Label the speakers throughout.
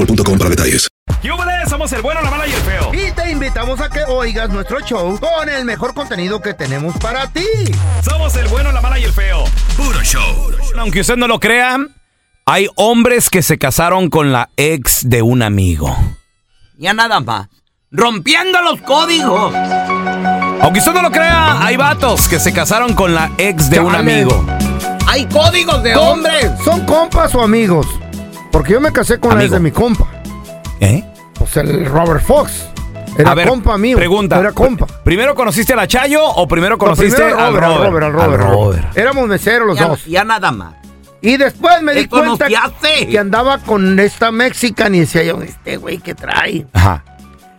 Speaker 1: punto para detalles.
Speaker 2: ¡Yúbales! Somos el bueno, la mala y el feo.
Speaker 3: Y te invitamos a que oigas nuestro show con el mejor contenido que tenemos para ti.
Speaker 2: Somos el bueno, la mala y el feo.
Speaker 1: Puro show.
Speaker 4: Aunque usted no lo crea, hay hombres que se casaron con la ex de un amigo.
Speaker 5: Ya nada más. Rompiendo los códigos.
Speaker 4: Aunque usted no lo crea, hay vatos que se casaron con la ex de un
Speaker 3: Chale.
Speaker 4: amigo.
Speaker 5: Hay códigos de hombres.
Speaker 3: ¿Son compas o amigos? Porque yo me casé con la ex
Speaker 4: Amigo.
Speaker 3: de mi compa.
Speaker 4: ¿Eh?
Speaker 3: O sea, el Robert Fox. Era
Speaker 4: A ver,
Speaker 3: compa mío.
Speaker 4: Pregunta.
Speaker 3: Era compa.
Speaker 4: Pr- ¿Primero conociste a la Chayo o primero
Speaker 3: No,
Speaker 4: conociste
Speaker 3: primero
Speaker 4: al Robert?
Speaker 3: al Robert, al
Speaker 4: Al
Speaker 3: Robert.
Speaker 4: Robert.
Speaker 3: Éramos meseros los
Speaker 5: Ya,
Speaker 3: dos.
Speaker 5: ya nada más.
Speaker 3: Y después me
Speaker 5: ¿Te
Speaker 3: di cuenta
Speaker 5: conociaste?
Speaker 3: que andaba con esta mexicana y decía yo, este güey que trae.
Speaker 4: Ajá.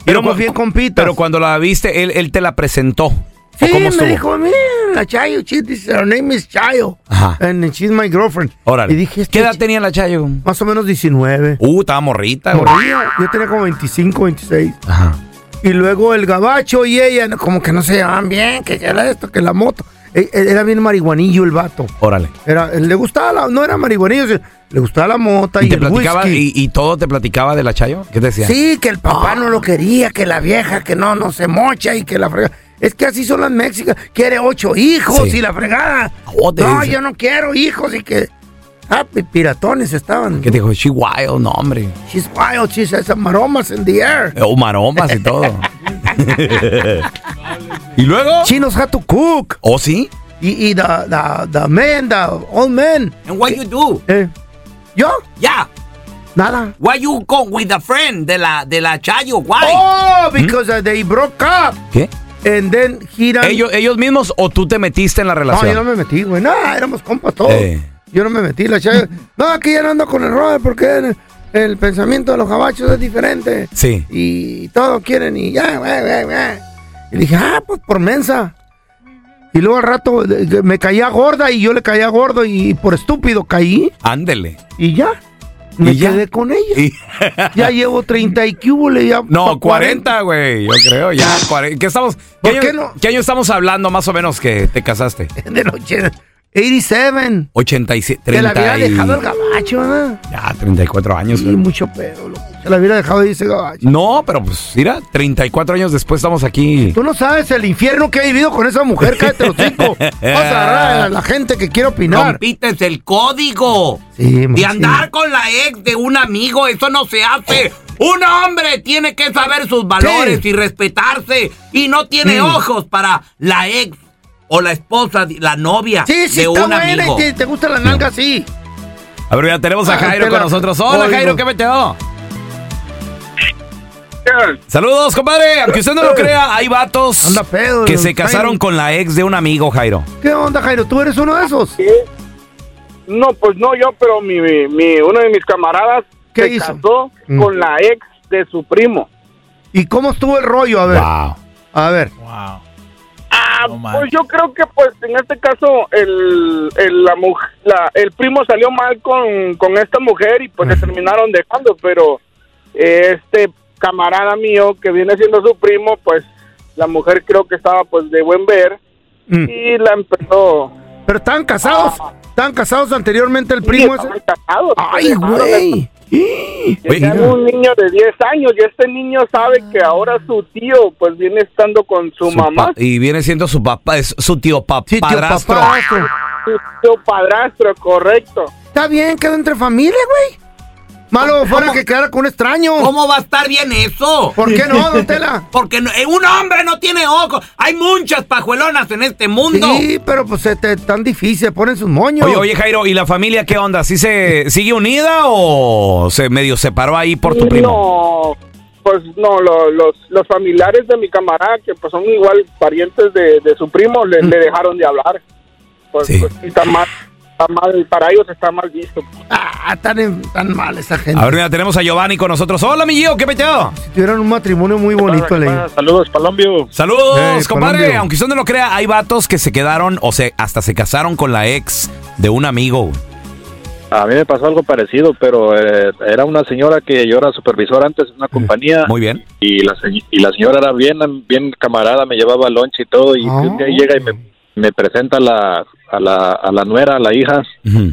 Speaker 3: Pero
Speaker 4: cu-
Speaker 3: muy bien compitas.
Speaker 4: Pero cuando la viste, él, él te la presentó. ¿O
Speaker 3: Sí,
Speaker 4: cómo
Speaker 3: me
Speaker 4: estuvo?
Speaker 3: dijo, mira, la Chayo, she, this, her name is Chayo.
Speaker 4: Ajá.
Speaker 3: And she's my girlfriend.
Speaker 4: Órale.
Speaker 3: Y dije, este
Speaker 4: ¿Qué edad
Speaker 3: ch-
Speaker 4: tenía la Chayo?
Speaker 3: Más o menos 19.
Speaker 4: Uh, estaba morrita, güey.
Speaker 3: Morría, Yo tenía como 25, 26.
Speaker 4: Ajá.
Speaker 3: Y luego el gabacho y ella, no, como que no se llevaban bien, que era esto, que la moto. E- e- Era bien marihuanillo el vato.
Speaker 4: Órale.
Speaker 3: Era, le gustaba la, no era marihuanillo, sino- le gustaba la mota y,
Speaker 4: ¿Y te
Speaker 3: el
Speaker 4: platicaba
Speaker 3: whisky.
Speaker 4: y, y todo te platicaba de la Chayo? ¿Qué te decía? "Ah".
Speaker 3: Sí, que el papá no lo quería, que la vieja, que no, no se mocha y que la fregada. Es que así son las méxicas. Quiere ocho hijos
Speaker 4: Sí.
Speaker 3: y la fregada.
Speaker 4: Joder,
Speaker 3: no,
Speaker 4: dice.
Speaker 3: yo no quiero hijos y que. Ah, pi- piratones estaban.
Speaker 4: ¿Qué te dijo? She wild, no, hombre.
Speaker 3: She's wild, she's has maromas in the air.
Speaker 4: O maromas y todo. ¿Y luego?
Speaker 3: She knows how to cook.
Speaker 4: ¿O sí?
Speaker 3: Y, y the, the, the men, the old men.
Speaker 5: And what you do?
Speaker 3: Eh, ¿Yo?
Speaker 5: Ya.
Speaker 3: Nada.
Speaker 5: Why you go with a friend de la de la Chayo? Why?
Speaker 3: Oh,
Speaker 4: ¿Mm?
Speaker 3: because uh, they broke up.
Speaker 4: ¿Qué?
Speaker 3: And then he done-
Speaker 4: ¿Ellos, ¿Ellos mismos o tú te metiste en la
Speaker 3: No,
Speaker 4: relación?
Speaker 3: yo no me metí, güey. No, éramos compas todos.
Speaker 4: Eh.
Speaker 3: Yo no me metí, la chava. No, que ya no ando con el Robert porque el, el pensamiento de los gabachos es diferente.
Speaker 4: Sí.
Speaker 3: Y todos quieren y ya, güey, güey, güey. Y dije, ah, pues por mensa. Y luego al rato eh, me caía gorda y yo le caía gordo y por estúpido caí
Speaker 4: Ándele.
Speaker 3: y ya. Me
Speaker 4: ¿Y ya?
Speaker 3: quedé con ella.
Speaker 4: Y-
Speaker 3: Ya llevo 30 y cúbule, ya.
Speaker 4: No,
Speaker 3: pa'
Speaker 4: 40, güey. Yo creo, ya. 40. ¿Qué, estamos, ¿qué,
Speaker 3: ¿Por
Speaker 4: año,
Speaker 3: qué no?
Speaker 4: qué año estamos hablando más o menos que te casaste?
Speaker 3: De noche. 87.
Speaker 4: 87,
Speaker 3: Que la
Speaker 4: 30
Speaker 3: había
Speaker 4: y- Ah,
Speaker 3: dejado el gabacho, ¿verdad?
Speaker 4: Ya, 34 años.
Speaker 3: Y
Speaker 4: güey.
Speaker 3: mucho pedo, loco. Se la hubiera dejado y dice gabacho.
Speaker 4: No, pero pues mira, 34 años después estamos aquí.
Speaker 3: Tú no sabes el infierno que he vivido con esa mujer, cállate los cinco. Vas a agarrar a la gente que quiere opinar.
Speaker 5: Compites el código
Speaker 3: Sí,
Speaker 5: de
Speaker 3: machín.
Speaker 5: andar con la ex de un amigo, eso no se hace. Un hombre tiene que saber sus valores
Speaker 3: Sí.
Speaker 5: y respetarse y no tiene ojos para la ex o la esposa, la novia
Speaker 3: Sí, sí,
Speaker 5: de
Speaker 3: está
Speaker 5: un
Speaker 3: buena y
Speaker 5: amigo.
Speaker 3: te, te gusta la nalga, sí.
Speaker 4: A ver, ya tenemos a
Speaker 3: Ah,
Speaker 4: Jairo
Speaker 3: te
Speaker 4: con
Speaker 3: la-
Speaker 4: nosotros. Hola,
Speaker 3: Oigo.
Speaker 4: Jairo, ¿qué me te da? Saludos, compadre. Aunque usted no lo crea, hay vatos
Speaker 3: Eh. Anda pedo,
Speaker 4: que
Speaker 3: don
Speaker 4: se casaron
Speaker 3: Jairo.
Speaker 4: con la ex de un amigo, Jairo.
Speaker 3: ¿Qué onda, Jairo? ¿Tú eres uno de esos?
Speaker 6: No, pues no yo, pero mi, mi- mi- uno de mis camaradas
Speaker 3: ¿Qué
Speaker 6: se
Speaker 3: hizo?
Speaker 6: casó
Speaker 3: Mm.
Speaker 6: con la ex de su primo.
Speaker 3: ¿Y cómo estuvo el rollo? A ver,
Speaker 4: Wow.
Speaker 3: a ver.
Speaker 6: Ah,
Speaker 2: No
Speaker 6: pues yo creo que pues en este caso el, el, la, muj- la- el primo salió mal con, con esta mujer y pues le terminaron dejando, pero eh, este camarada mío que viene siendo su primo, pues la mujer creo que estaba pues de buen ver
Speaker 3: Mm.
Speaker 6: y la empezó...
Speaker 3: ¿Pero están casados? ¿Están casados anteriormente el primo
Speaker 6: Sí,
Speaker 3: ese?
Speaker 6: estaban casados, se
Speaker 3: ¡Ay,
Speaker 6: dejaron,
Speaker 3: güey!
Speaker 6: Tenían un niño de 10 años y este niño sabe que ahora su tío pues viene estando con su,
Speaker 4: Su
Speaker 6: mamá,
Speaker 4: pa- y viene siendo su papá, es su tío papá.
Speaker 3: Sí, tío,
Speaker 4: padrastro.
Speaker 3: padrastro.
Speaker 6: su tío padrastro, correcto.
Speaker 3: Está bien, quedó entre familia, güey. Malo fuera que quedara con un extraño.
Speaker 5: ¿Cómo va a estar bien eso?
Speaker 3: ¿Por qué no, don Tela?
Speaker 5: Porque no- eh, un hombre no tiene ojos. Hay muchas pajuelonas en este mundo.
Speaker 3: Sí, pero pues este, tan difícil, ponen sus moños.
Speaker 4: Oye, oye, Jairo, ¿y la familia qué onda? ¿Sí se sigue unida o se medio separó ahí por tu primo?
Speaker 6: No, pues no, lo- los, los familiares de mi camarada, que pues son igual parientes de, de su primo, le, le dejaron de hablar. Pues,
Speaker 4: Mm. Sí.
Speaker 6: pues, sí, está mal, está mal, para ellos está mal visto.
Speaker 3: Ah, tan, en- tan mal esa gente.
Speaker 4: A ver, mira, tenemos a Giovanni con nosotros. Hola, mi Gio, qué peteado.
Speaker 3: Si tuvieran un matrimonio muy bonito, le
Speaker 6: Saludos, Palombio.
Speaker 4: Saludos,
Speaker 3: Hey,
Speaker 4: compadre.
Speaker 3: Colombia.
Speaker 4: Aunque usted no lo crea, hay vatos que se quedaron o se hasta se casaron con la ex de un amigo. güey.
Speaker 7: A mí me pasó algo parecido, pero eh, era una señora que yo era supervisor antes en una compañía
Speaker 4: Muy bien.
Speaker 7: y la, se- y la señora era bien, bien camarada, me llevaba lonche y todo y
Speaker 3: Ah.
Speaker 7: un día llega y me, me presenta a la, a, la, a la nuera, a la hija,
Speaker 4: Ujú.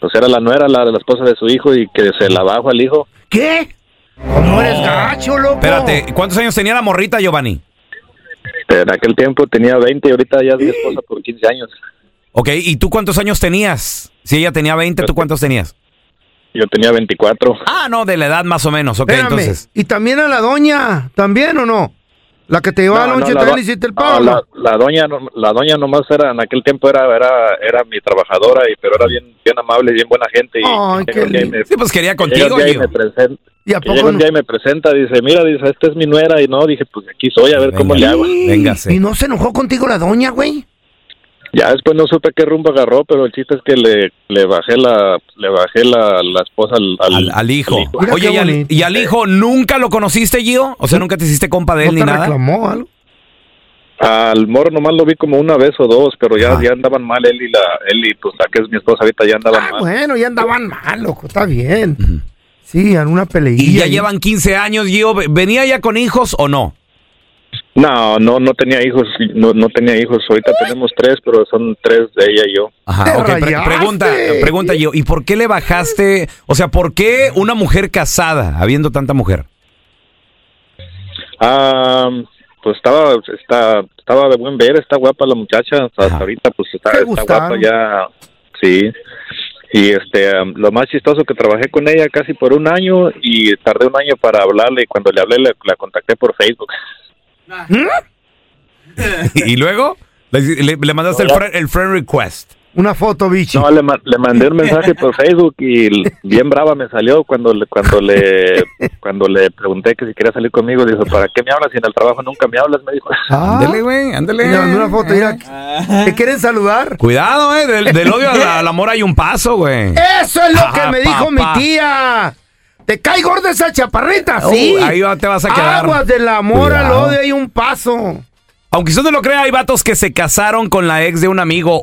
Speaker 7: pues era la nuera, la, la esposa de su hijo y que se la bajo al hijo.
Speaker 3: ¿Qué? No eres gacho, loco.
Speaker 4: Espérate, ¿cuántos años tenía la morrita, Giovanni?
Speaker 7: En aquel tiempo tenía 20 y ahorita ya es mi esposa por 15 años.
Speaker 4: Ok, ¿y tú cuántos años tenías? Si ella tenía 20, ¿tú cuántos tenías?
Speaker 7: Yo tenía 24.
Speaker 4: Ah, no, de la edad más o menos, ok,
Speaker 3: Espérame.
Speaker 4: entonces.
Speaker 3: Y también a la doña, ¿también o no? La que te llevaba
Speaker 7: No,
Speaker 3: la
Speaker 7: no,
Speaker 3: noche
Speaker 7: la
Speaker 3: también
Speaker 7: do-
Speaker 3: le hiciste el
Speaker 7: no,
Speaker 3: pavo.
Speaker 7: la, la doña, no- la doña nomás era, en aquel tiempo era, era, era mi trabajadora, y, pero era bien, bien amable, bien buena gente. Y,
Speaker 3: Ay,
Speaker 7: y
Speaker 3: qué
Speaker 7: llega un día y
Speaker 3: lindo.
Speaker 7: me-
Speaker 4: Sí, pues quería
Speaker 7: llega
Speaker 4: contigo,
Speaker 7: un día y
Speaker 4: Gio.
Speaker 7: me presenta,
Speaker 3: ¿Y a
Speaker 7: que llega
Speaker 3: poco
Speaker 7: un
Speaker 3: no?
Speaker 7: día y me presenta, dice, mira, dice, esta es mi nuera, y no, dije, pues aquí soy, a ver cómo le
Speaker 4: Venga.
Speaker 7: hago.
Speaker 4: Véngase.
Speaker 3: Y no se enojó contigo la doña, güey.
Speaker 7: Ya después no supe qué rumbo agarró, pero el chiste es que le, le bajé la, le bajé la, la esposa al,
Speaker 4: Al, al hijo.
Speaker 7: al hijo.
Speaker 3: Mira
Speaker 4: Oye,
Speaker 3: qué
Speaker 4: y al,
Speaker 3: bonito.
Speaker 4: y al hijo nunca lo conociste, Gio? O sea, nunca te hiciste compa de
Speaker 3: No
Speaker 4: él
Speaker 3: te
Speaker 4: ni nada.
Speaker 3: reclamó algo.
Speaker 7: Al morro nomás lo vi como una vez o dos, pero ya,
Speaker 4: Ah.
Speaker 7: ya andaban mal él y la, él y pues la que es mi esposa ahorita ya andaban
Speaker 3: Ah,
Speaker 7: mal.
Speaker 3: bueno, ya andaban mal, loco, está bien.
Speaker 4: Ujú.
Speaker 3: Sí, en una peleilla.
Speaker 4: Y ya llevan 15 años, Gio. Ve- ¿Venía ya con hijos o no?
Speaker 7: No, no, no tenía hijos, no, no tenía hijos. Ahorita tenemos tres, pero son tres de ella y yo.
Speaker 3: Te
Speaker 4: Ajá, ok. pre-
Speaker 3: rayaste.
Speaker 4: pregunta, pregunta Gio. ¿Y por qué le bajaste? O sea, ¿por qué una mujer casada, habiendo tanta mujer?
Speaker 7: Ah, pues estaba, está, estaba de buen ver, está guapa la muchacha. Hasta, hasta
Speaker 4: Ajá.
Speaker 7: ahorita, pues está,
Speaker 3: Te
Speaker 7: está guapa
Speaker 3: gustaron.
Speaker 7: ya, sí. Y este, ah, lo más chistoso que trabajé con ella casi por un año y tardé un año para hablarle. Y cuando le hablé, le- la contacté por Facebook.
Speaker 4: ¿Y luego? Le, le- le mandaste el,
Speaker 7: No, ya-
Speaker 4: friend, el friend request.
Speaker 3: Una foto, bichi.
Speaker 7: No, le, ma- le mandé un mensaje por Facebook y l- bien brava me salió cuando le, cuando le cuando le pregunté que si quería salir conmigo. Dijo, ¿para qué me hablas si en el trabajo nunca me hablas? Me dijo.
Speaker 3: Ah,
Speaker 4: Ándale, güey, ándale.
Speaker 3: le mandó una foto, mira. ¿Te quieren saludar?
Speaker 4: Cuidado, eh. Del, del odio al, al amor hay un paso, güey.
Speaker 3: Eso es lo que
Speaker 4: Ah,
Speaker 3: me dijo
Speaker 4: papá.
Speaker 3: mi tía. ¿Te cae gorda esa chaparrita?
Speaker 4: Uh,
Speaker 3: Sí.
Speaker 4: ahí va- te vas a quedar.
Speaker 3: Aguas del amor al
Speaker 4: Cuidado.
Speaker 3: odio hay un paso.
Speaker 4: Aunque usted no lo crea, hay vatos que se casaron con la ex de un amigo.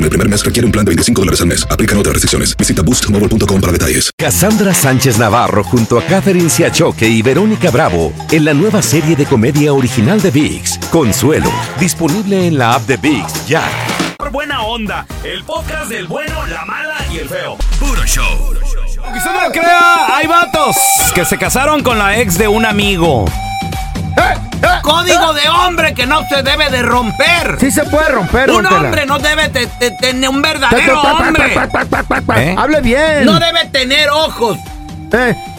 Speaker 1: en el primer mes requiere un plan de 25 dólares al mes. Aplican otras restricciones. Visita boostmobile.com para detalles.
Speaker 8: Cassandra Sánchez Navarro junto a Catherine Siachoque y Verónica Bravo en la nueva serie de comedia original de VIX, Consuelo, disponible en la app de VIX ya.
Speaker 2: Buena onda. El podcast del bueno, la mala y el feo.
Speaker 4: Aunque usted no lo crea, hay vatos que se casaron con la ex de un amigo.
Speaker 3: ¡Eh!
Speaker 5: Código de hombre que no se debe de romper.
Speaker 3: Sí se puede romper,
Speaker 5: un
Speaker 3: don Tela.
Speaker 5: hombre no debe de- de tener un
Speaker 3: Ta, ta,
Speaker 5: verdadero
Speaker 3: ta, ta, ta,
Speaker 5: hombre.
Speaker 3: ta, ta, ta, ta, ta.
Speaker 4: ¿Eh?
Speaker 3: Hable bien. Eh.
Speaker 5: No debe tener ojos.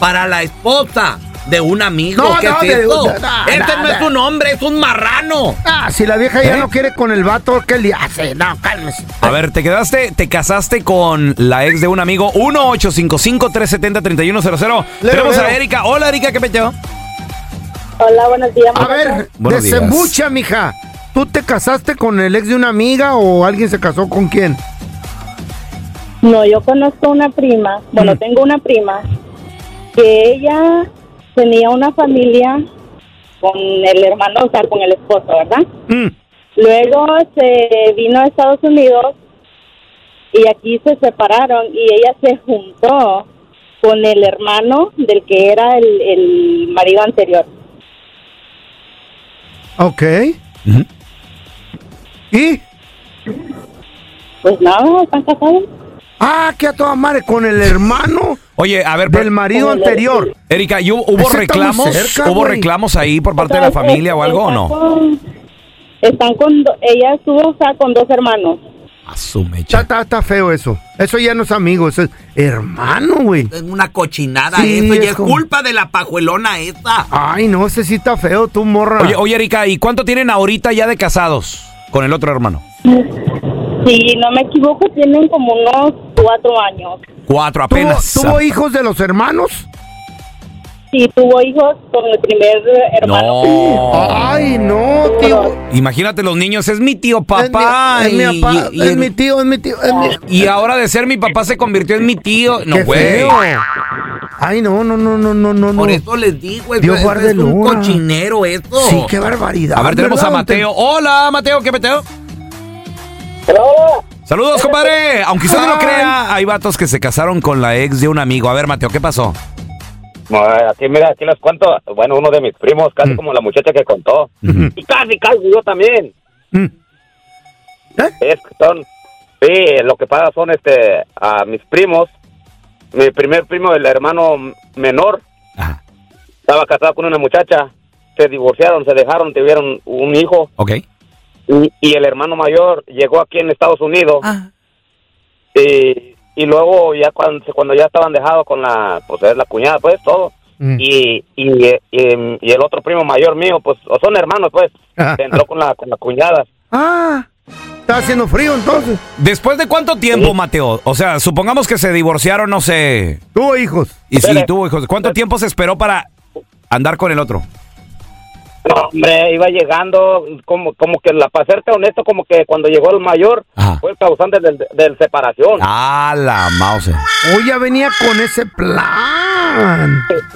Speaker 5: para la esposa de un amigo.
Speaker 3: No,
Speaker 5: ¿Qué
Speaker 3: no,
Speaker 5: es
Speaker 3: de-
Speaker 5: esto?
Speaker 3: no, no,
Speaker 5: este
Speaker 3: no,
Speaker 5: no es
Speaker 3: no.
Speaker 5: un hombre, es un marrano.
Speaker 3: Ah, si la vieja
Speaker 5: ¿Eh?
Speaker 3: ya no quiere con el vato, ¿qué le hace? No, cálmese.
Speaker 4: A ver, te quedaste, te casaste con la ex de un amigo. 1-855-370-3100.
Speaker 3: Lero,
Speaker 4: Tenemos
Speaker 3: lero.
Speaker 4: a Erika. Hola, Erika, ¿qué peteo?
Speaker 9: Hola, buenos días. A ver.
Speaker 4: Buenos días.
Speaker 3: Desembucha, mija. ¿Tú te casaste con el ex de una amiga o alguien se casó con quién?
Speaker 9: No, yo conozco una prima,
Speaker 4: Mm.
Speaker 9: bueno, tengo una prima, que ella tenía una familia con el hermano, o sea, con el esposo, ¿verdad?
Speaker 4: Mm.
Speaker 9: Luego se vino a Estados Unidos y aquí se separaron y ella se juntó con el hermano del que era el, el marido anterior.
Speaker 3: Ok. ¿Y?
Speaker 9: Pues nada, están casados.
Speaker 3: Ah, que a toda madre, con el hermano.
Speaker 4: Oye, a ver.
Speaker 3: Del marido anterior.
Speaker 4: Erika, ¿y hu- ¿hubo
Speaker 3: Ese está muy
Speaker 4: reclamos?
Speaker 3: cerca,
Speaker 4: ¿Hubo
Speaker 3: güey.
Speaker 4: reclamos ahí por parte de la familia o algo o no?
Speaker 9: Con- están con, do- ella estuvo o sea, con dos hermanos.
Speaker 3: Está, está- está feo eso. Eso ya no es amigo, eso es hermano, güey.
Speaker 5: Es una cochinada
Speaker 3: Sí,
Speaker 5: eso y
Speaker 3: es
Speaker 5: es
Speaker 3: como-
Speaker 5: culpa de la pajuelona esa.
Speaker 3: Ay, no, ese sí está feo, tú morra.
Speaker 4: Oye, oye, Erika, ¿y cuánto tienen ahorita ya de casados con el otro hermano?
Speaker 9: Si no me equivoco, tienen como unos cuatro años.
Speaker 4: Cuatro
Speaker 3: ¿Tuvo-
Speaker 4: apenas.
Speaker 3: ¿Tuvo, hijos de los hermanos?
Speaker 9: Sí, tuvo hijos con el primer hermano.
Speaker 4: No.
Speaker 3: Ay, no, tío.
Speaker 4: Imagínate los niños, es mi tío papá.
Speaker 3: es mi, es
Speaker 4: y-
Speaker 3: mi papá,
Speaker 4: y-
Speaker 3: es mi tío, es mi tío. es mi-
Speaker 4: Y ahora de ser mi papá se convirtió en mi tío. No,
Speaker 3: Qué
Speaker 4: güey.
Speaker 3: feo. Ay, no, no, no, no, no, no.
Speaker 5: Por
Speaker 3: no.
Speaker 5: eso les digo,
Speaker 3: Dios
Speaker 5: eso, eso
Speaker 3: guarde
Speaker 5: es un
Speaker 3: Luna.
Speaker 5: cochinero eso.
Speaker 3: Sí, qué barbaridad.
Speaker 4: A ver, tenemos a
Speaker 3: ¿verdad?
Speaker 4: Mateo. Hola, Mateo, ¿qué peteo?
Speaker 9: Pero
Speaker 4: Saludos, compadre. Aunque usted no lo
Speaker 3: Ay.
Speaker 4: crea, hay vatos que se casaron con la ex de un amigo. A ver, Mateo, ¿qué pasó?
Speaker 10: No, aquí, mira, aquí les cuento. Bueno, uno de mis primos, casi como la muchacha que contó. Y casi, casi yo también. Es que son. Sí, lo que pasa son este. A mis primos. Mi primer primo, el hermano m- menor. Estaba casado con una muchacha. Se divorciaron, se dejaron, tuvieron un hijo.
Speaker 4: Ok.
Speaker 10: Y, y el hermano mayor llegó aquí en Estados Unidos. Y, y luego, ya cuando, cuando ya estaban dejados con la. Pues es la cuñada, pues todo
Speaker 3: Mm.
Speaker 10: y, y, eh, em, y el otro primo mayor mío, pues o son hermanos, pues, se entró con la, con la cuñada.
Speaker 3: Ah, está haciendo frío entonces.
Speaker 4: ¿Después de cuánto tiempo, Mateo? O sea, supongamos que se divorciaron, no sé.
Speaker 3: Tuvo hijos.
Speaker 4: Y sí,
Speaker 10: Espere.
Speaker 4: tuvo hijos. ¿Cuánto tiempo se esperó para andar con el otro?
Speaker 10: No, hombre, iba llegando, como, como que, la, para serte honesto, como que cuando llegó el mayor,
Speaker 4: Ajá.
Speaker 10: fue el causante del, del separación.
Speaker 4: A la mouse.
Speaker 3: Hoy ya venía con ese plan.
Speaker 5: Plan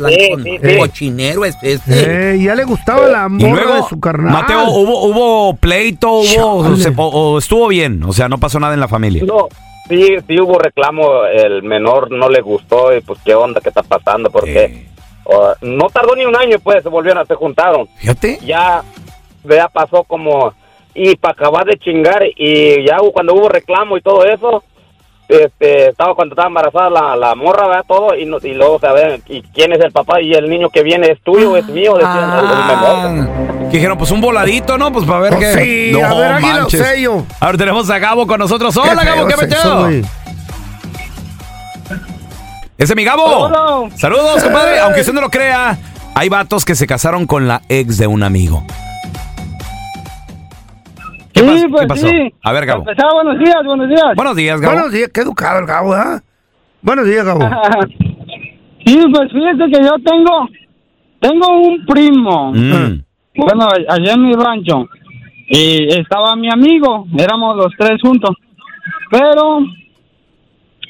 Speaker 10: Sí,
Speaker 5: con-
Speaker 10: sí,
Speaker 5: qué
Speaker 10: sí.
Speaker 5: cochinero es
Speaker 4: este.
Speaker 5: ese.
Speaker 3: Eh, ya le gustaba la
Speaker 4: Y
Speaker 3: morra
Speaker 4: luego,
Speaker 3: de su carnal.
Speaker 4: Mateo, ¿hubo, hubo pleito? Hubo,
Speaker 3: Chale.
Speaker 4: se- o, o estuvo bien? O sea, no pasó nada en la familia.
Speaker 10: No, sí, sí hubo reclamo, el menor no le gustó y pues qué onda, qué está pasando,
Speaker 4: Eh,
Speaker 10: porque oh, no tardó ni un año, pues se volvieron, a- se juntaron.
Speaker 4: Fíjate.
Speaker 10: ya, ya pasó como y para acabar de chingar y ya hu- cuando hubo reclamo y todo eso este estaba cuando estaba embarazada la, la morra ¿verdad? todo y, no- y luego saben y quién es el papá y el niño que viene es tuyo es mío decían el- el menor.
Speaker 4: Que dijeron, pues un voladito, ¿no? Pues para ver
Speaker 3: Pues
Speaker 4: qué.
Speaker 3: sí,
Speaker 4: no,
Speaker 3: a ver, águila o
Speaker 4: manches.
Speaker 3: sello.
Speaker 4: Ahora tenemos a Gabo con nosotros.
Speaker 3: Qué
Speaker 4: Hola,
Speaker 3: feo
Speaker 4: Gabo, ¿qué
Speaker 3: es eso,
Speaker 4: peteo?
Speaker 3: güey.
Speaker 4: Ese es mi Gabo. Saludos, compadre. Aunque usted no lo crea, hay vatos que se casaron con la ex de un amigo. ¿Qué, pas- qué pasó? A ver, Gabo.
Speaker 11: pues buenos días, buenos días.
Speaker 4: Buenos días, Gabo.
Speaker 3: Buenos días, qué educado el Gabo, ¿ah? Buenos días, Gabo.
Speaker 11: sí, pues fíjese que yo tengo, tengo un primo.
Speaker 4: Mm.
Speaker 11: Bueno, allá en mi rancho. Y estaba mi amigo, éramos los tres juntos. Pero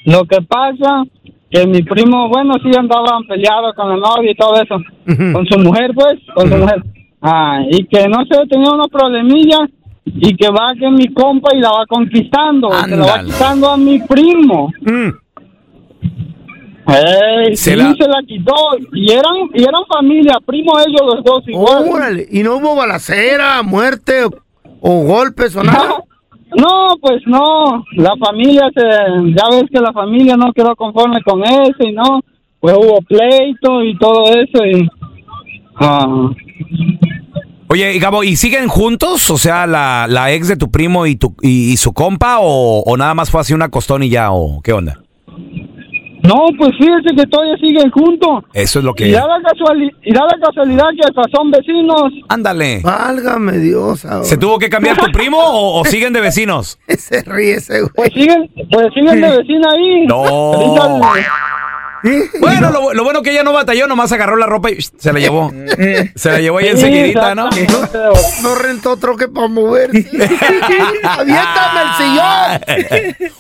Speaker 11: lo que pasa que mi primo, bueno, sí andaba peleado con la novia y todo eso. Con su mujer, pues, con su mujer. Ah, y que no sé, tenía unos problemillas y que va que mi compa y la va conquistando, y se la va
Speaker 4: Ándale. Mm.
Speaker 11: quitando a mi primo. Ey,
Speaker 4: Se
Speaker 11: sí,
Speaker 4: la-
Speaker 11: se la quitó y eran y eran familia, primo ellos los dos igual.
Speaker 3: Órale, y no hubo balacera, muerte o, o golpes o nada.
Speaker 11: No, pues no, la familia, se, ya ves que la familia no quedó conforme con eso y no, pues hubo pleito y todo eso y... ah,
Speaker 4: Oye, y Gabo, ¿y siguen juntos? O sea, la, la ex de tu primo y, tu, y, y su compa, o, o nada más fue así una costón y ya, o qué onda?
Speaker 11: No, pues fíjense que todavía siguen juntos.
Speaker 4: Eso es lo
Speaker 11: Y
Speaker 4: que...
Speaker 11: da, la casuali- y da la casualidad que hasta son vecinos.
Speaker 4: Ándale.
Speaker 3: Válgame Dios.
Speaker 4: ¿Se tuvo que cambiar tu primo o, o siguen de vecinos?
Speaker 3: Se ríe ese güey.
Speaker 11: Pues siguen, pues siguen de vecina ahí.
Speaker 4: No. Bueno, lo, lo bueno que ella no batalló, nomás agarró la ropa y se la llevó. Se la llevó ahí
Speaker 3: Sí,
Speaker 4: enseguidita, ¿no?
Speaker 3: No rentó troque para moverse. ¡Aviéntame el sillón! ¿Eh?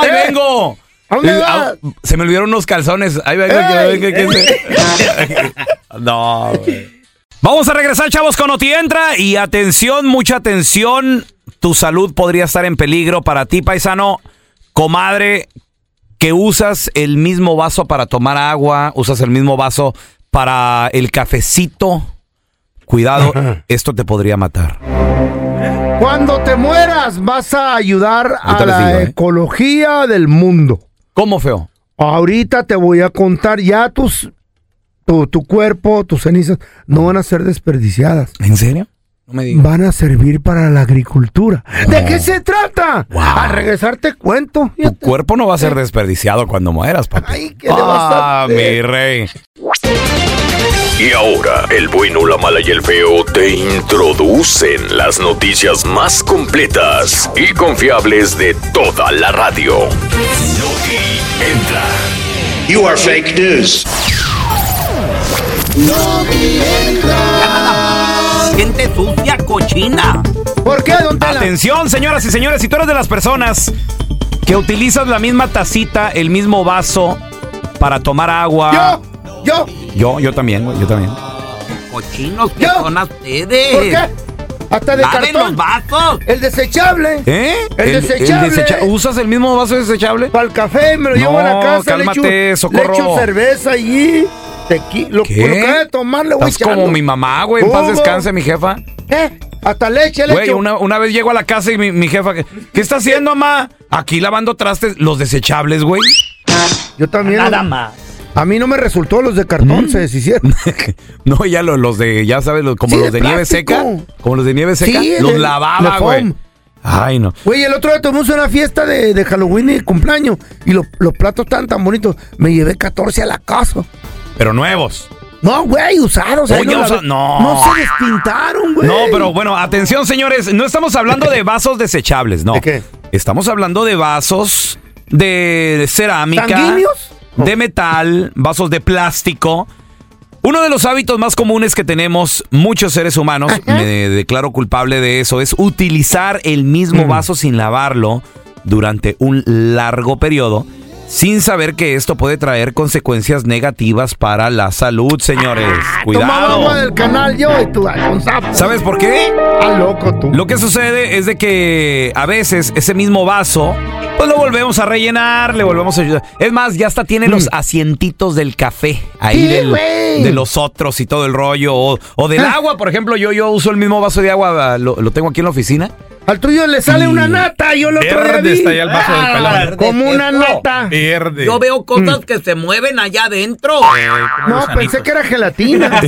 Speaker 4: ahí vengo!
Speaker 3: ¿A dónde
Speaker 4: Eh,
Speaker 3: vas?
Speaker 4: au- Se me olvidaron unos calzones. Ahí vengo.
Speaker 3: ¡Ey!
Speaker 4: que- que- que- no, güey. Vamos a regresar, chavos, con Oti Entra. Y atención, mucha atención. Tu salud podría estar en peligro para ti, paisano, comadre, que usas el mismo vaso para tomar agua, usas el mismo vaso para el cafecito. Cuidado, esto te podría matar.
Speaker 3: Cuando te mueras, vas a ayudar a
Speaker 4: Ahorita les
Speaker 3: la
Speaker 4: digo, ¿eh?
Speaker 3: ecología del mundo.
Speaker 4: ¿Cómo, feo?
Speaker 3: Ahorita te voy a contar ya tus. Tu, tu cuerpo, tus cenizas, no van a ser desperdiciadas.
Speaker 4: ¿En serio?
Speaker 3: Van a servir para la agricultura. ¿De qué se trata? Al regresar te cuento.
Speaker 4: Tu cuerpo no va a ser desperdiciado cuando mueras, papi.
Speaker 3: ¿qué le vas a
Speaker 4: ah, mi rey.
Speaker 12: Y ahora, el bueno, la mala y el feo te introducen las noticias más completas y confiables de toda la radio. Entra. You are fake news.
Speaker 5: Gente sucia, cochina.
Speaker 3: ¿Por qué, don
Speaker 4: Atención, señoras y señores, si tú eres de las personas que utilizas la misma tacita, el mismo vaso para tomar agua.
Speaker 3: Yo,
Speaker 4: yo, yo también, güey, yo también.
Speaker 5: Cochinos que son a ustedes.
Speaker 3: ¿Por
Speaker 4: Eh.
Speaker 3: qué? Hasta de
Speaker 5: Laven
Speaker 3: cartón.
Speaker 5: los vasos.
Speaker 3: El desechable.
Speaker 4: ¿Eh?
Speaker 3: El,
Speaker 4: El- el
Speaker 3: desechable. Ah,
Speaker 4: desecha- ¿Usas el mismo vaso desechable?
Speaker 3: Para el café, me lo llevo a la
Speaker 4: No,
Speaker 3: casa. le
Speaker 4: cálmate,
Speaker 3: echo- le echo,
Speaker 4: socorro.
Speaker 3: cerveza allí. Tequila. Lo, lo que
Speaker 4: ¿Qué?
Speaker 3: haya de tomar le voy
Speaker 4: Estás como
Speaker 3: echando.
Speaker 4: mi mamá, güey. En paz
Speaker 3: Hugo.
Speaker 4: descanse, mi jefa.
Speaker 3: ¿Eh? Hasta leche le
Speaker 4: Güey,
Speaker 3: echo.
Speaker 4: una, una vez llego a la casa y mi, mi jefa, ¿qué qué está haciendo, mamá? Aquí lavando trastes, los desechables, güey.
Speaker 3: Yo también. Nada
Speaker 5: más.
Speaker 3: A mí no me resultó los de
Speaker 4: Mm.
Speaker 3: cartón, se deshicieron.
Speaker 4: No, ya lo- los de, ya sabes, los- como
Speaker 3: Sí,
Speaker 4: los
Speaker 3: de
Speaker 4: de, nieve
Speaker 3: plástico.
Speaker 4: seca. Como los de nieve seca.
Speaker 3: Sí,
Speaker 4: los
Speaker 3: de-
Speaker 4: lavaba,
Speaker 3: de
Speaker 4: güey.
Speaker 3: foam.
Speaker 4: Ay, no.
Speaker 3: Güey, el otro día tuvimos una fiesta de, de Halloween y cumpleaños. Y lo- los platos estaban tan bonitos. Me llevé 14 a la casa.
Speaker 4: Pero nuevos.
Speaker 3: No, güey, usados. ahí
Speaker 4: Oye,
Speaker 3: los
Speaker 4: usa-
Speaker 3: lavé.
Speaker 4: no.
Speaker 3: No se despintaron, güey.
Speaker 4: No, pero bueno, atención, señores. No estamos hablando de vasos desechables, no. Estamos hablando de vasos de cerámica.
Speaker 3: ¿Sanguíneos?
Speaker 4: De metal, vasos de plástico. Uno de los hábitos más comunes que tenemos muchos seres humanos, me declaro culpable de eso, es utilizar el
Speaker 3: Mm.
Speaker 4: mismo vaso sin lavarlo durante un largo periodo, sin saber que esto puede traer consecuencias negativas para la salud, señores. Cuidado.
Speaker 3: Tomaba Ah, agua del canal yo y tú ah, con sapo.
Speaker 4: ¿Sabes por qué?
Speaker 3: Ah, loco tú.
Speaker 4: Lo que sucede es de que a veces ese mismo vaso, pues lo volvemos a rellenar, le volvemos a ayudar. Es más, ya hasta tiene los asientitos del café ahí
Speaker 3: Mm. Sí,
Speaker 4: del-
Speaker 3: güey. Ah.
Speaker 4: de los otros y todo el rollo. O, o del agua, por ejemplo, yo, yo uso el mismo vaso de agua, ah, lo, lo tengo aquí en la oficina.
Speaker 3: Al tuyo le sale una nata, yo lo otro día
Speaker 4: Verde
Speaker 3: vi. Ah,
Speaker 4: está ahí el vaso del pelón.
Speaker 3: verde, Como una nata.
Speaker 4: Pierde.
Speaker 5: Yo veo cosas que se mueven allá adentro.
Speaker 4: Eh,
Speaker 3: No, pensé que era gelatina.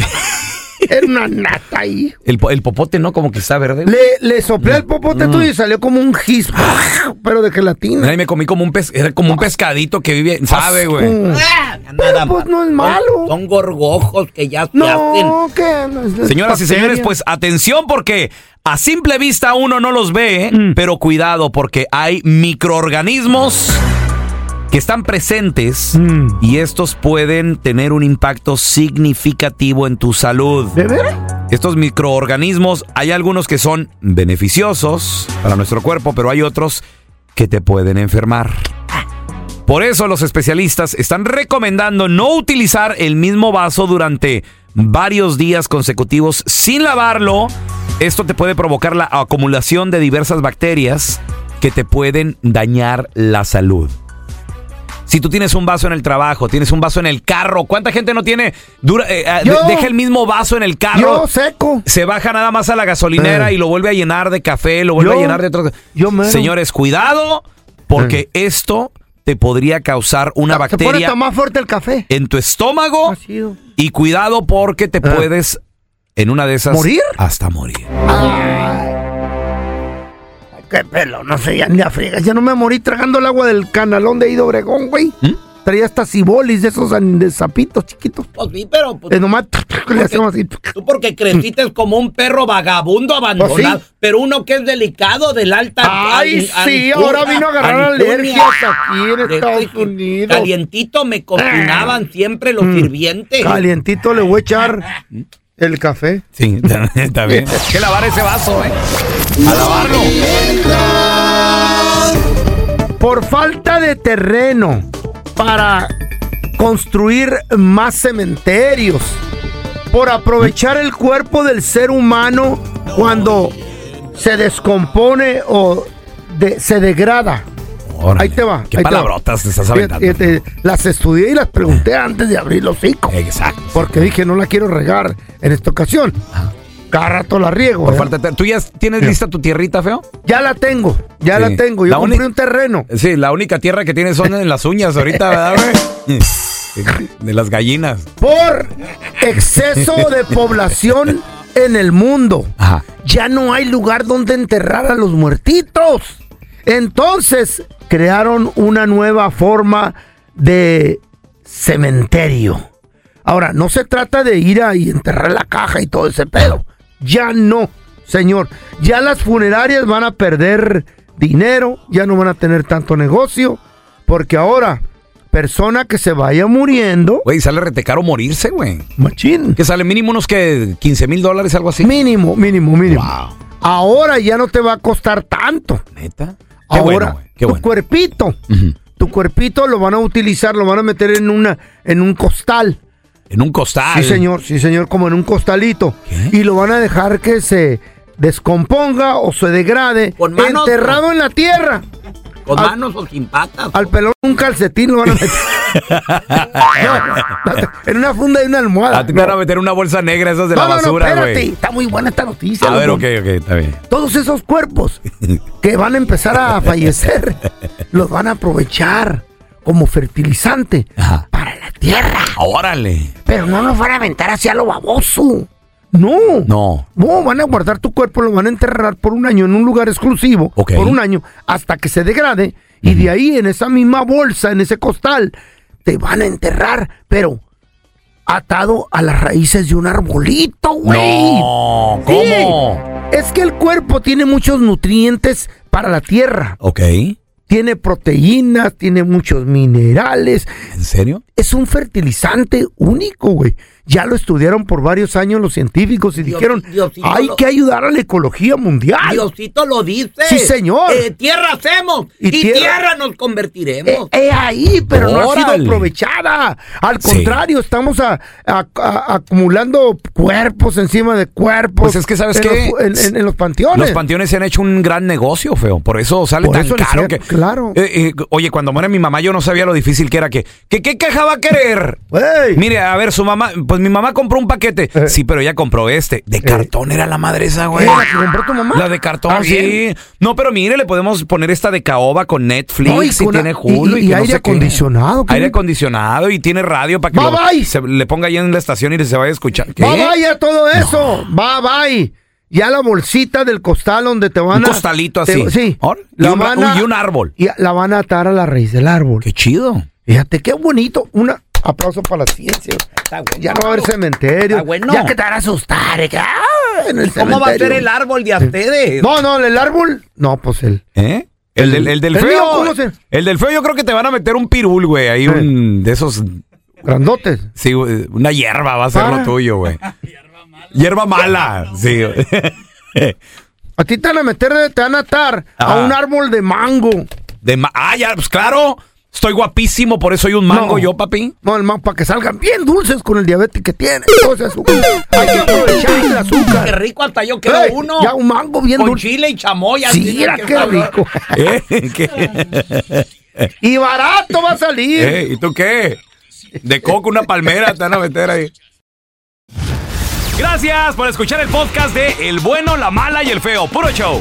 Speaker 3: era una nata ahí.
Speaker 4: El, po- el popote, ¿no? Como que está verde. güey.
Speaker 3: Le, le soplé el
Speaker 4: Mm.
Speaker 3: popote tuyo y salió como un gis, pero de gelatina.
Speaker 4: Ay, me comí como un pez, era como
Speaker 3: Ah.
Speaker 4: un pescadito que vive, sabe, güey.
Speaker 5: Ah, nada
Speaker 3: pues
Speaker 5: más.
Speaker 3: no es malo.
Speaker 5: Son gorgojos que ya se hacen.
Speaker 3: No, pues, que no es-
Speaker 4: Señoras y
Speaker 3: bacterias.
Speaker 4: señores, pues atención porque a simple vista uno no los ve,
Speaker 3: Mm.
Speaker 4: pero cuidado porque hay microorganismos que están presentes
Speaker 3: Mm.
Speaker 4: y estos pueden tener un impacto significativo en tu salud.
Speaker 3: ¿De veras?
Speaker 4: Estos microorganismos, hay algunos que son beneficiosos para nuestro cuerpo, pero hay otros que te pueden enfermar. Por eso los especialistas están recomendando no utilizar el mismo vaso durante varios días consecutivos sin lavarlo. Esto te puede provocar la acumulación de diversas bacterias que te pueden dañar la salud. Si tú tienes un vaso en el trabajo, tienes un vaso en el carro, ¿cuánta gente no tiene? Dura, eh, eh, de-
Speaker 3: Yo.
Speaker 4: deja el mismo vaso en el carro.
Speaker 3: Yo seco.
Speaker 4: Se baja nada más a la gasolinera
Speaker 3: Eh.
Speaker 4: y lo vuelve a llenar de café, lo vuelve
Speaker 3: Yo-
Speaker 4: a llenar de otras
Speaker 3: yo mero. Eh.
Speaker 4: Señores, cuidado, porque esto te podría causar una
Speaker 3: Se pone
Speaker 4: bacteria ¿Eh?
Speaker 3: tan más fuerte el café.
Speaker 4: en tu estómago
Speaker 3: Ácido.
Speaker 4: y cuidado porque te puedes, en una de esas,
Speaker 3: Eh. ¿Morir?
Speaker 4: hasta morir. ¿Mm?
Speaker 5: ¿Mm?
Speaker 3: Qué pelo, no sé, ya ni a friegas. Ya no me morí tragando el agua del canalón de Ido Obregón, güey. traía estas cibolis de esos an- de sapitos chiquitos.
Speaker 5: Pues sí, pero pues,
Speaker 3: De nomás le hacemos así.
Speaker 5: tú porque creciste como un perro vagabundo abandonado,
Speaker 3: Mm. Pues
Speaker 5: pero uno que es delicado del alta.
Speaker 3: Ay,
Speaker 5: an-
Speaker 3: sí,
Speaker 5: antura,
Speaker 3: ahora vino a agarrar
Speaker 5: anturia.
Speaker 3: alergias aquí en Estados Unidos. Eh. Mm.
Speaker 5: Calientito me cocinaban siempre los sirvientes.
Speaker 3: Calientito le voy a echar
Speaker 4: ¿Mm?
Speaker 3: el café.
Speaker 4: Sí, está bien. que lavar ese vaso, eh. A lavarlo.
Speaker 3: Por falta de terreno para construir más cementerios, por aprovechar el cuerpo del ser humano cuando se descompone o de- se degrada. ahí te va.
Speaker 4: Qué
Speaker 3: ahí te va.
Speaker 4: palabrotas te estás
Speaker 3: Fíjate,
Speaker 4: aventando.
Speaker 3: fíjate, eh, las estudié y las pregunté antes de abrir los hocico.
Speaker 4: Exacto.
Speaker 3: Porque dije, no la quiero regar en esta ocasión. Cada rato la riego.
Speaker 4: Por
Speaker 3: ¿eh?
Speaker 4: falta de- ¿Tú ya tienes lista tu tierrita, feo?
Speaker 3: Ya la tengo, ya la
Speaker 4: Sí.
Speaker 3: tengo. Yo
Speaker 4: La
Speaker 3: compré
Speaker 4: uni-
Speaker 3: un terreno.
Speaker 4: Sí, la única tierra que tienes son en las uñas ahorita, ¿verdad, güey? De las gallinas.
Speaker 3: por exceso de población en el mundo. Ya no hay lugar donde enterrar a los muertitos. Entonces crearon una nueva forma de cementerio. Ahora, no se trata de ir a y enterrar la caja y todo ese pedo. Ya no, señor. Ya las funerarias van a perder dinero, ya no van a tener tanto negocio, porque ahora, persona que se vaya muriendo...
Speaker 4: Güey, sale retecaro morirse, güey.
Speaker 3: Machín.
Speaker 4: Que sale mínimo unos que 15 mil dólares, algo así.
Speaker 3: Mínimo, mínimo, mínimo. Ahora ya no te va a costar tanto.
Speaker 4: ¿Neta?
Speaker 3: Ahora,
Speaker 4: Ah, bueno, güey, qué
Speaker 3: tu
Speaker 4: bueno.
Speaker 3: cuerpito, tu cuerpito lo van a utilizar, lo van a meter en una, en un costal.
Speaker 4: En un costal.
Speaker 3: Sí, señor, sí, señor, como en un costalito. Y lo van a dejar que se descomponga o se degrade.
Speaker 5: manos,
Speaker 3: enterrado en la tierra.
Speaker 5: Con
Speaker 3: Al-
Speaker 5: manos o sin patas.
Speaker 3: Al pelón un calcetín lo van a meter. en una funda de una almohada.
Speaker 4: Ah, te van a meter una bolsa negra esas de
Speaker 3: No,
Speaker 4: la
Speaker 3: no, no,
Speaker 4: basura,
Speaker 3: espérate,
Speaker 4: güey.
Speaker 3: Está muy buena esta noticia.
Speaker 4: A ver,
Speaker 3: loco.
Speaker 4: ok, ok, está bien.
Speaker 3: Todos esos cuerpos que van a empezar a fallecer los van a aprovechar como fertilizante para la tierra.
Speaker 4: Órale.
Speaker 3: Pero no nos van a aventar hacia lo baboso. No.
Speaker 4: No.
Speaker 3: No, van a guardar tu cuerpo, lo van a enterrar por un año en un lugar exclusivo, por un año, hasta que se degrade. Y de ahí, en esa misma bolsa, en ese costal, te van a enterrar, pero atado a las raíces de un arbolito, güey.
Speaker 4: No,
Speaker 3: Sí.
Speaker 4: ¿cómo?
Speaker 3: Es que el cuerpo tiene muchos nutrientes para la tierra.
Speaker 4: Ok.
Speaker 3: Tiene proteínas, tiene muchos minerales.
Speaker 4: ¿En serio?
Speaker 3: Es un fertilizante único, güey. Ya lo estudiaron por varios años los científicos y dijeron,
Speaker 5: Diosito
Speaker 3: hay
Speaker 5: lo-
Speaker 3: que ayudar a la ecología mundial.
Speaker 5: Diosito lo dice.
Speaker 3: Sí, señor.
Speaker 5: Eh, tierra hacemos
Speaker 3: Y
Speaker 5: y,
Speaker 3: tierra-
Speaker 5: tierra... nos convertiremos.
Speaker 3: Eh, eh, ahí, pero no ha
Speaker 5: Órale.
Speaker 3: sido aprovechada. Al contrario, estamos a- a- a- acumulando cuerpos encima de cuerpos.
Speaker 4: Pues es que, ¿sabes
Speaker 3: en
Speaker 4: qué?
Speaker 3: los- en- en- en los panteones.
Speaker 4: Los panteones se han hecho un gran negocio, feo. Por eso sale
Speaker 3: Por
Speaker 4: tan
Speaker 3: eso le
Speaker 4: caro que.
Speaker 3: hicieron- claro.
Speaker 4: Eh, eh, oye, cuando muere mi mamá, yo no sabía lo difícil que era que. ¿Qué, qué caja va a querer? Mire, a ver, su mamá. Pues mi mamá compró un paquete. Sí, pero ella compró este. De cartón Eh. era la madre esa, güey.
Speaker 3: Eh, ¿la que compró tu mamá?
Speaker 4: La de cartón,
Speaker 3: Ah,
Speaker 4: sí.
Speaker 3: bien.
Speaker 4: No, pero mire, le podemos poner esta de caoba con Netflix.
Speaker 3: No, y
Speaker 4: y
Speaker 3: con-
Speaker 4: tiene
Speaker 3: y-
Speaker 4: Hulu.
Speaker 3: y-
Speaker 4: Y,
Speaker 3: y
Speaker 4: que no
Speaker 3: aire
Speaker 4: sé qué.
Speaker 3: acondicionado, ¿qué?
Speaker 4: Aire acondicionado y tiene radio para que
Speaker 3: Bye,
Speaker 4: lo-
Speaker 3: bye.
Speaker 4: se le ponga ahí en la estación y se vaya a escuchar. ¿Qué?
Speaker 3: Bye bye a todo eso. Bye bye. Ya la bolsita del costal donde te van
Speaker 4: Un
Speaker 3: a.
Speaker 4: costalito
Speaker 3: te-
Speaker 4: así.
Speaker 3: sí.
Speaker 4: Or- y
Speaker 3: La
Speaker 4: un-
Speaker 3: van a-
Speaker 4: y un árbol.
Speaker 3: Y la van a atar a la raíz del árbol. Qué
Speaker 4: chido.
Speaker 3: Fíjate, qué bonito. Una. Aplauso para la ciencia. ya no va a haber cementerio.
Speaker 4: Ah,
Speaker 5: Está bueno.
Speaker 3: Ya que te van a asustar. eh, que, ah, en el
Speaker 5: ¿Cómo va a
Speaker 3: cementerio.
Speaker 5: ser el árbol de ustedes?
Speaker 3: No, no, el árbol. No, pues el.
Speaker 4: ¿Eh? El del, el del
Speaker 3: El mío,
Speaker 4: feo.
Speaker 3: ¿cómo se-
Speaker 4: El del feo yo creo que te van a meter un pirul, güey. Ahí un de esos.
Speaker 3: Grandotes.
Speaker 4: Sí, güey, una hierba va a ser
Speaker 3: Ah.
Speaker 4: lo tuyo, güey. hierba mala. Sí. güey.
Speaker 3: A ti te van a meter, te van a atar a
Speaker 4: Ah.
Speaker 3: un árbol de mango.
Speaker 4: De ma- ah, ya, pues claro. Estoy guapísimo, por eso hay un mango
Speaker 3: No.
Speaker 4: yo, papi.
Speaker 3: No, el mango, para que salgan bien dulces con el diabetes que tiene. Entonces, hay que aprovechar el azúcar.
Speaker 5: Qué rico, hasta yo quiero
Speaker 3: Ey,
Speaker 5: uno.
Speaker 3: Ya un mango bien
Speaker 5: Con
Speaker 3: dulce.
Speaker 5: chile y chamoya.
Speaker 3: Sí,
Speaker 5: tiene
Speaker 3: mira
Speaker 5: que
Speaker 3: qué
Speaker 5: saber.
Speaker 3: rico.
Speaker 4: ¿Eh? ¿Qué?
Speaker 3: Y barato va a salir.
Speaker 4: ¿Eh? ¿Y tú qué? De coco, una palmera te van a meter ahí. Gracias por escuchar el podcast de El bueno, la mala y el feo. Puro show.